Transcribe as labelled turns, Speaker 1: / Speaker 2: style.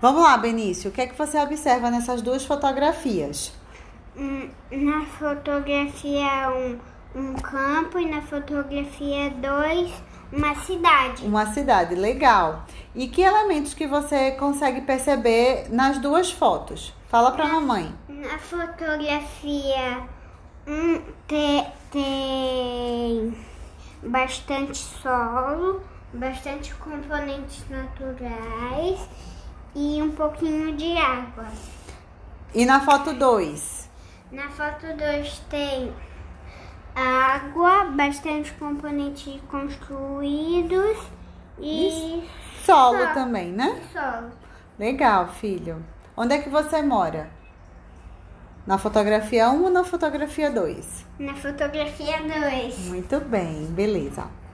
Speaker 1: Vamos lá, Benício, o que é que você observa nessas duas fotografias?
Speaker 2: Hum, Na fotografia 1, um, um campo e na fotografia 2, uma cidade.
Speaker 1: Uma cidade legal. E que elementos que você consegue perceber nas duas fotos? Fala pra mamãe.
Speaker 2: Na fotografia 1 um, te- tem bastante solo, bastante componentes naturais e um pouquinho de água.
Speaker 1: E na foto 2?
Speaker 2: Na foto 2 tem água, bastante componentes construídos e
Speaker 1: Solo
Speaker 2: Só.
Speaker 1: também, né?
Speaker 2: solo.
Speaker 1: Legal, filho. Onde é que você mora? Na fotografia 1 um ou na fotografia 2?
Speaker 2: Na fotografia 2.
Speaker 1: Muito bem, beleza.